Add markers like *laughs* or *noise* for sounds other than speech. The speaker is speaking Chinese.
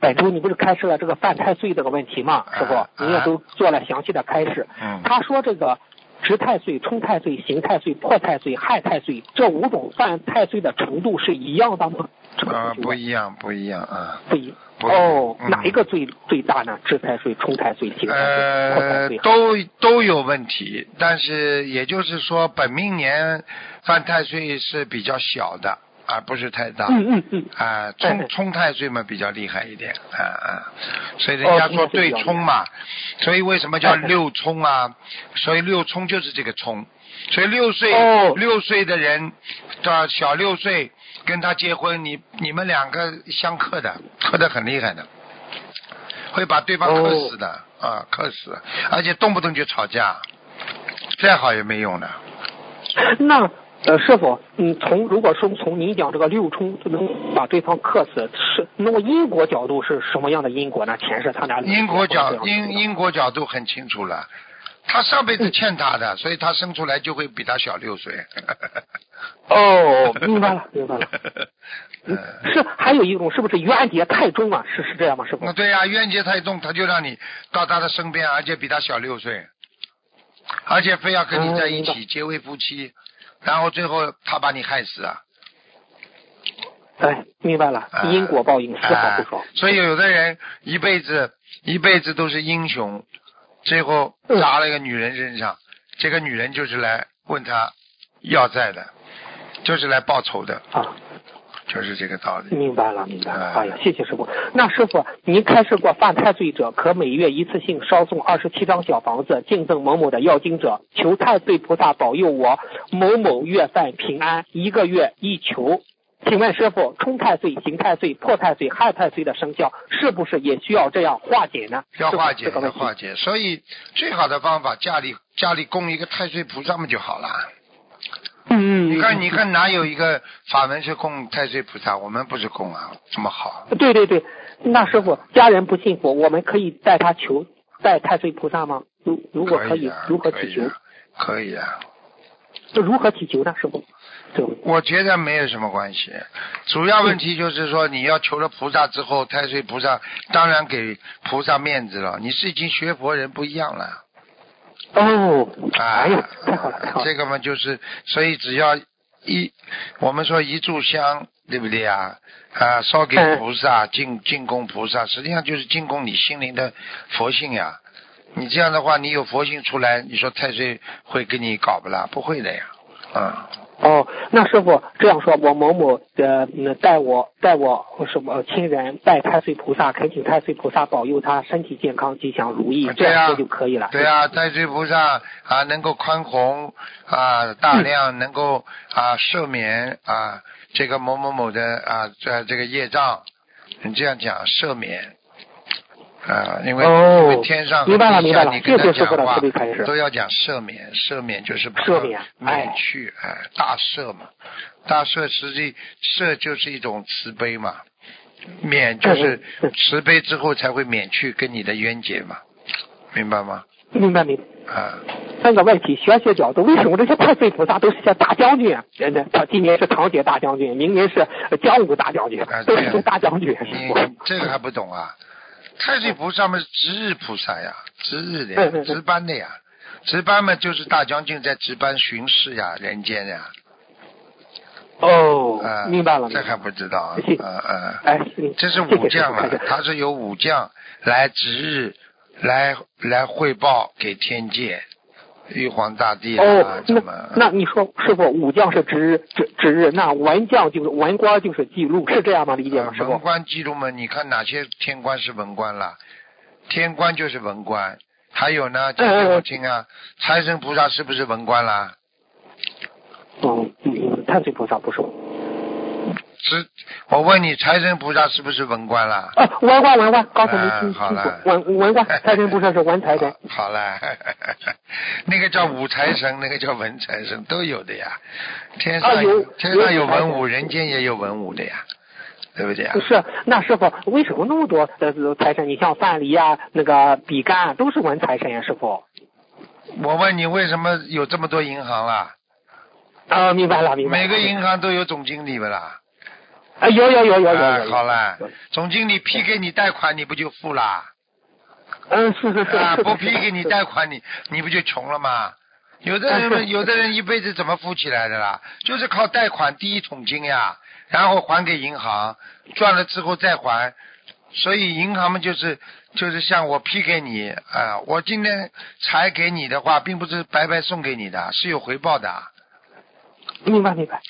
本周你不是开示了这个犯太岁这个问题吗？师啊傅，你也都做了详细的开示。嗯他说这个值太岁、冲太岁、刑太岁、破太岁、害太岁这五种犯太岁的程度是一样的吗？这个啊，同学不一样，不一样啊。不一不一样哦，嗯哪一个最最大呢？值太岁、冲太岁、刑太岁、破太呃岁、，害都都有问题，但是也就是说，本命年犯太岁是比较小的，而不是太大。嗯嗯嗯，啊，哎冲冲太岁嘛比较厉害一点，啊啊，所以人家哦说冲太岁对比较厉害冲嘛，所以为什么叫哎哎六冲啊？所以六冲就是这个冲，所以六岁、哦六岁的人到小六岁跟他结婚，你你们两个相克的，克的很厉害的，会把对方克死的、哦啊，克死，而且动不动就吵架，再好也没用的。那呃，师傅，嗯，从如果说从您讲这个六冲就能把对方克死，是那么因果角度是什么样的因果呢？前世他俩因果角因因因果角度很清楚了，他上辈子欠他的，所以他生出来就会比他小六岁。 *laughs* 哦，明白了明白 *laughs* 了，嗯嗯，是还有一种是不是冤结太重啊？是是这样吗？师傅那？对呀、冤结太重，他就让你到他的身边，而且比他小六岁，而且非要跟你在一哦起结为夫妻，然后最后他把你害死啊！哎，明白了，啊因果报应丝毫不爽啊。所以有的人一辈子一辈子都是英雄，最后嗯砸了一个女人身上，这个女人就是来问他要债的，就是来报仇的，啊，就是这个道理。明白了明白了。哎哎呀，谢谢师傅。那师傅，您开示过犯太岁者，可每月一次性烧送二十七张小房子，敬赠某某的要经者，求太岁菩萨保佑我某某月份平安，一个月一求。请问师傅，冲太岁、刑太岁、破太岁、害太岁的生肖，是不是也需要这样化解呢？要化师解，傅这个要问题。化解。所以最好的方法，家里家里供一个太岁菩萨嘛就好了。嗯嗯，你看，嗯你看，哪有一个法门是供太岁菩萨？我们不是供啊，这么好。对对对，那师傅，家人不信佛，我们可以带他求带太岁菩萨吗？如如果可以啊，如何可祈以求？啊，可以啊。这如何祈求呢？师傅，这个我觉得没有什么关系，主要问题就是说你要求了菩萨之后，太岁菩萨当然给菩萨面子了。你是已经学佛人不一样了，哦，啊哎呀，太好了，太好了，这个嘛就是，所以只要一我们说一炷香，对不对啊？啊，烧给嗯菩萨，进进供菩萨，实际上就是进供你心灵的佛性呀。你这样的话，你有佛性出来，你说太岁会跟你搞不啦？不会的呀，啊、哦，那师傅这样说，我某某呃，嗯带我带我什么亲人拜太岁菩萨，恳请太岁菩萨保佑他身体健康、吉祥如意，这对啊样说就可以了。嗯对呀，太岁菩萨啊，能够宽宏啊，大嗯量能够啊赦免啊这个某某某的啊这这个业障，你这样讲赦免啊，因为、哦因为天上和明白了地明白下了你跟他谢谢师傅的讲话慈悲开示都要讲赦免，赦免就是把它赦免哎免去哎大赦嘛，大赦实际赦就是一种慈悲嘛，免就是嗯嗯嗯慈悲之后才会免去跟你的冤结嘛，明白吗？明白明白。啊，三个问题，玄学角度，为什么这些太岁菩萨都是些大将军？真的，他今年是堂姐大将军，明年是呃江武大将军啊，都对是些大将军。你师傅这个还不懂啊？太岁菩萨嘛是值日菩萨呀，值日的嗯嗯呀嗯，值班的呀，值班嘛就是大将军在值班巡视呀，人间呀，哦啊、，明白了，明这白还了。不知道啊谢，啊啊，哎，嗯这谢是谢武将师 *laughs* 啊傅开，始他是由武将来值日，来来汇报给天界，玉皇大帝啊哦，，怎那么？那你说师傅，武将是值值值日，那文将就是文官就是记录，是这样吗？理解呃吗，师文傅？官记录嘛，你看哪些天官是文官啦？天官就是文官，还有呢，讲给我听啊，财神菩萨是不是文官啦？嗯嗯，太岁菩萨不是我是，我问你，财神菩萨是不是文官啦？啊，文官文官，刚才没哎听清好了楚，文文 *laughs* 官财神菩萨是文财神好。 *laughs* 好啦，那个叫武财神，那个叫文财神，都有的呀。天啊上有天上有有财文神武，人间也有文武的呀，对不对啊呀？是，那师傅为什么那么多呃财神？你像范蠡啊，那个比干啊都是文财神呀、师傅。我问你，为什么有这么多银行啦？啊，明白了，明白了。每个银行都有总经理不啦？啊，有有有有有哎，有。好了有，总经理批给你贷款，你不就富啦？嗯，是是是。 *laughs* 啊，是不批 *laughs* 给你。贷款，你你不就穷了吗？有的人嘛，有的人一辈子怎么富起来的啦？就是靠贷款第一桶金呀，然后还给银行，赚了之后再还。所以银行嘛，就是就是像我批给你啊，我今天才给你的话，并不是白白送给你的，是有回报的。啊是明白明白。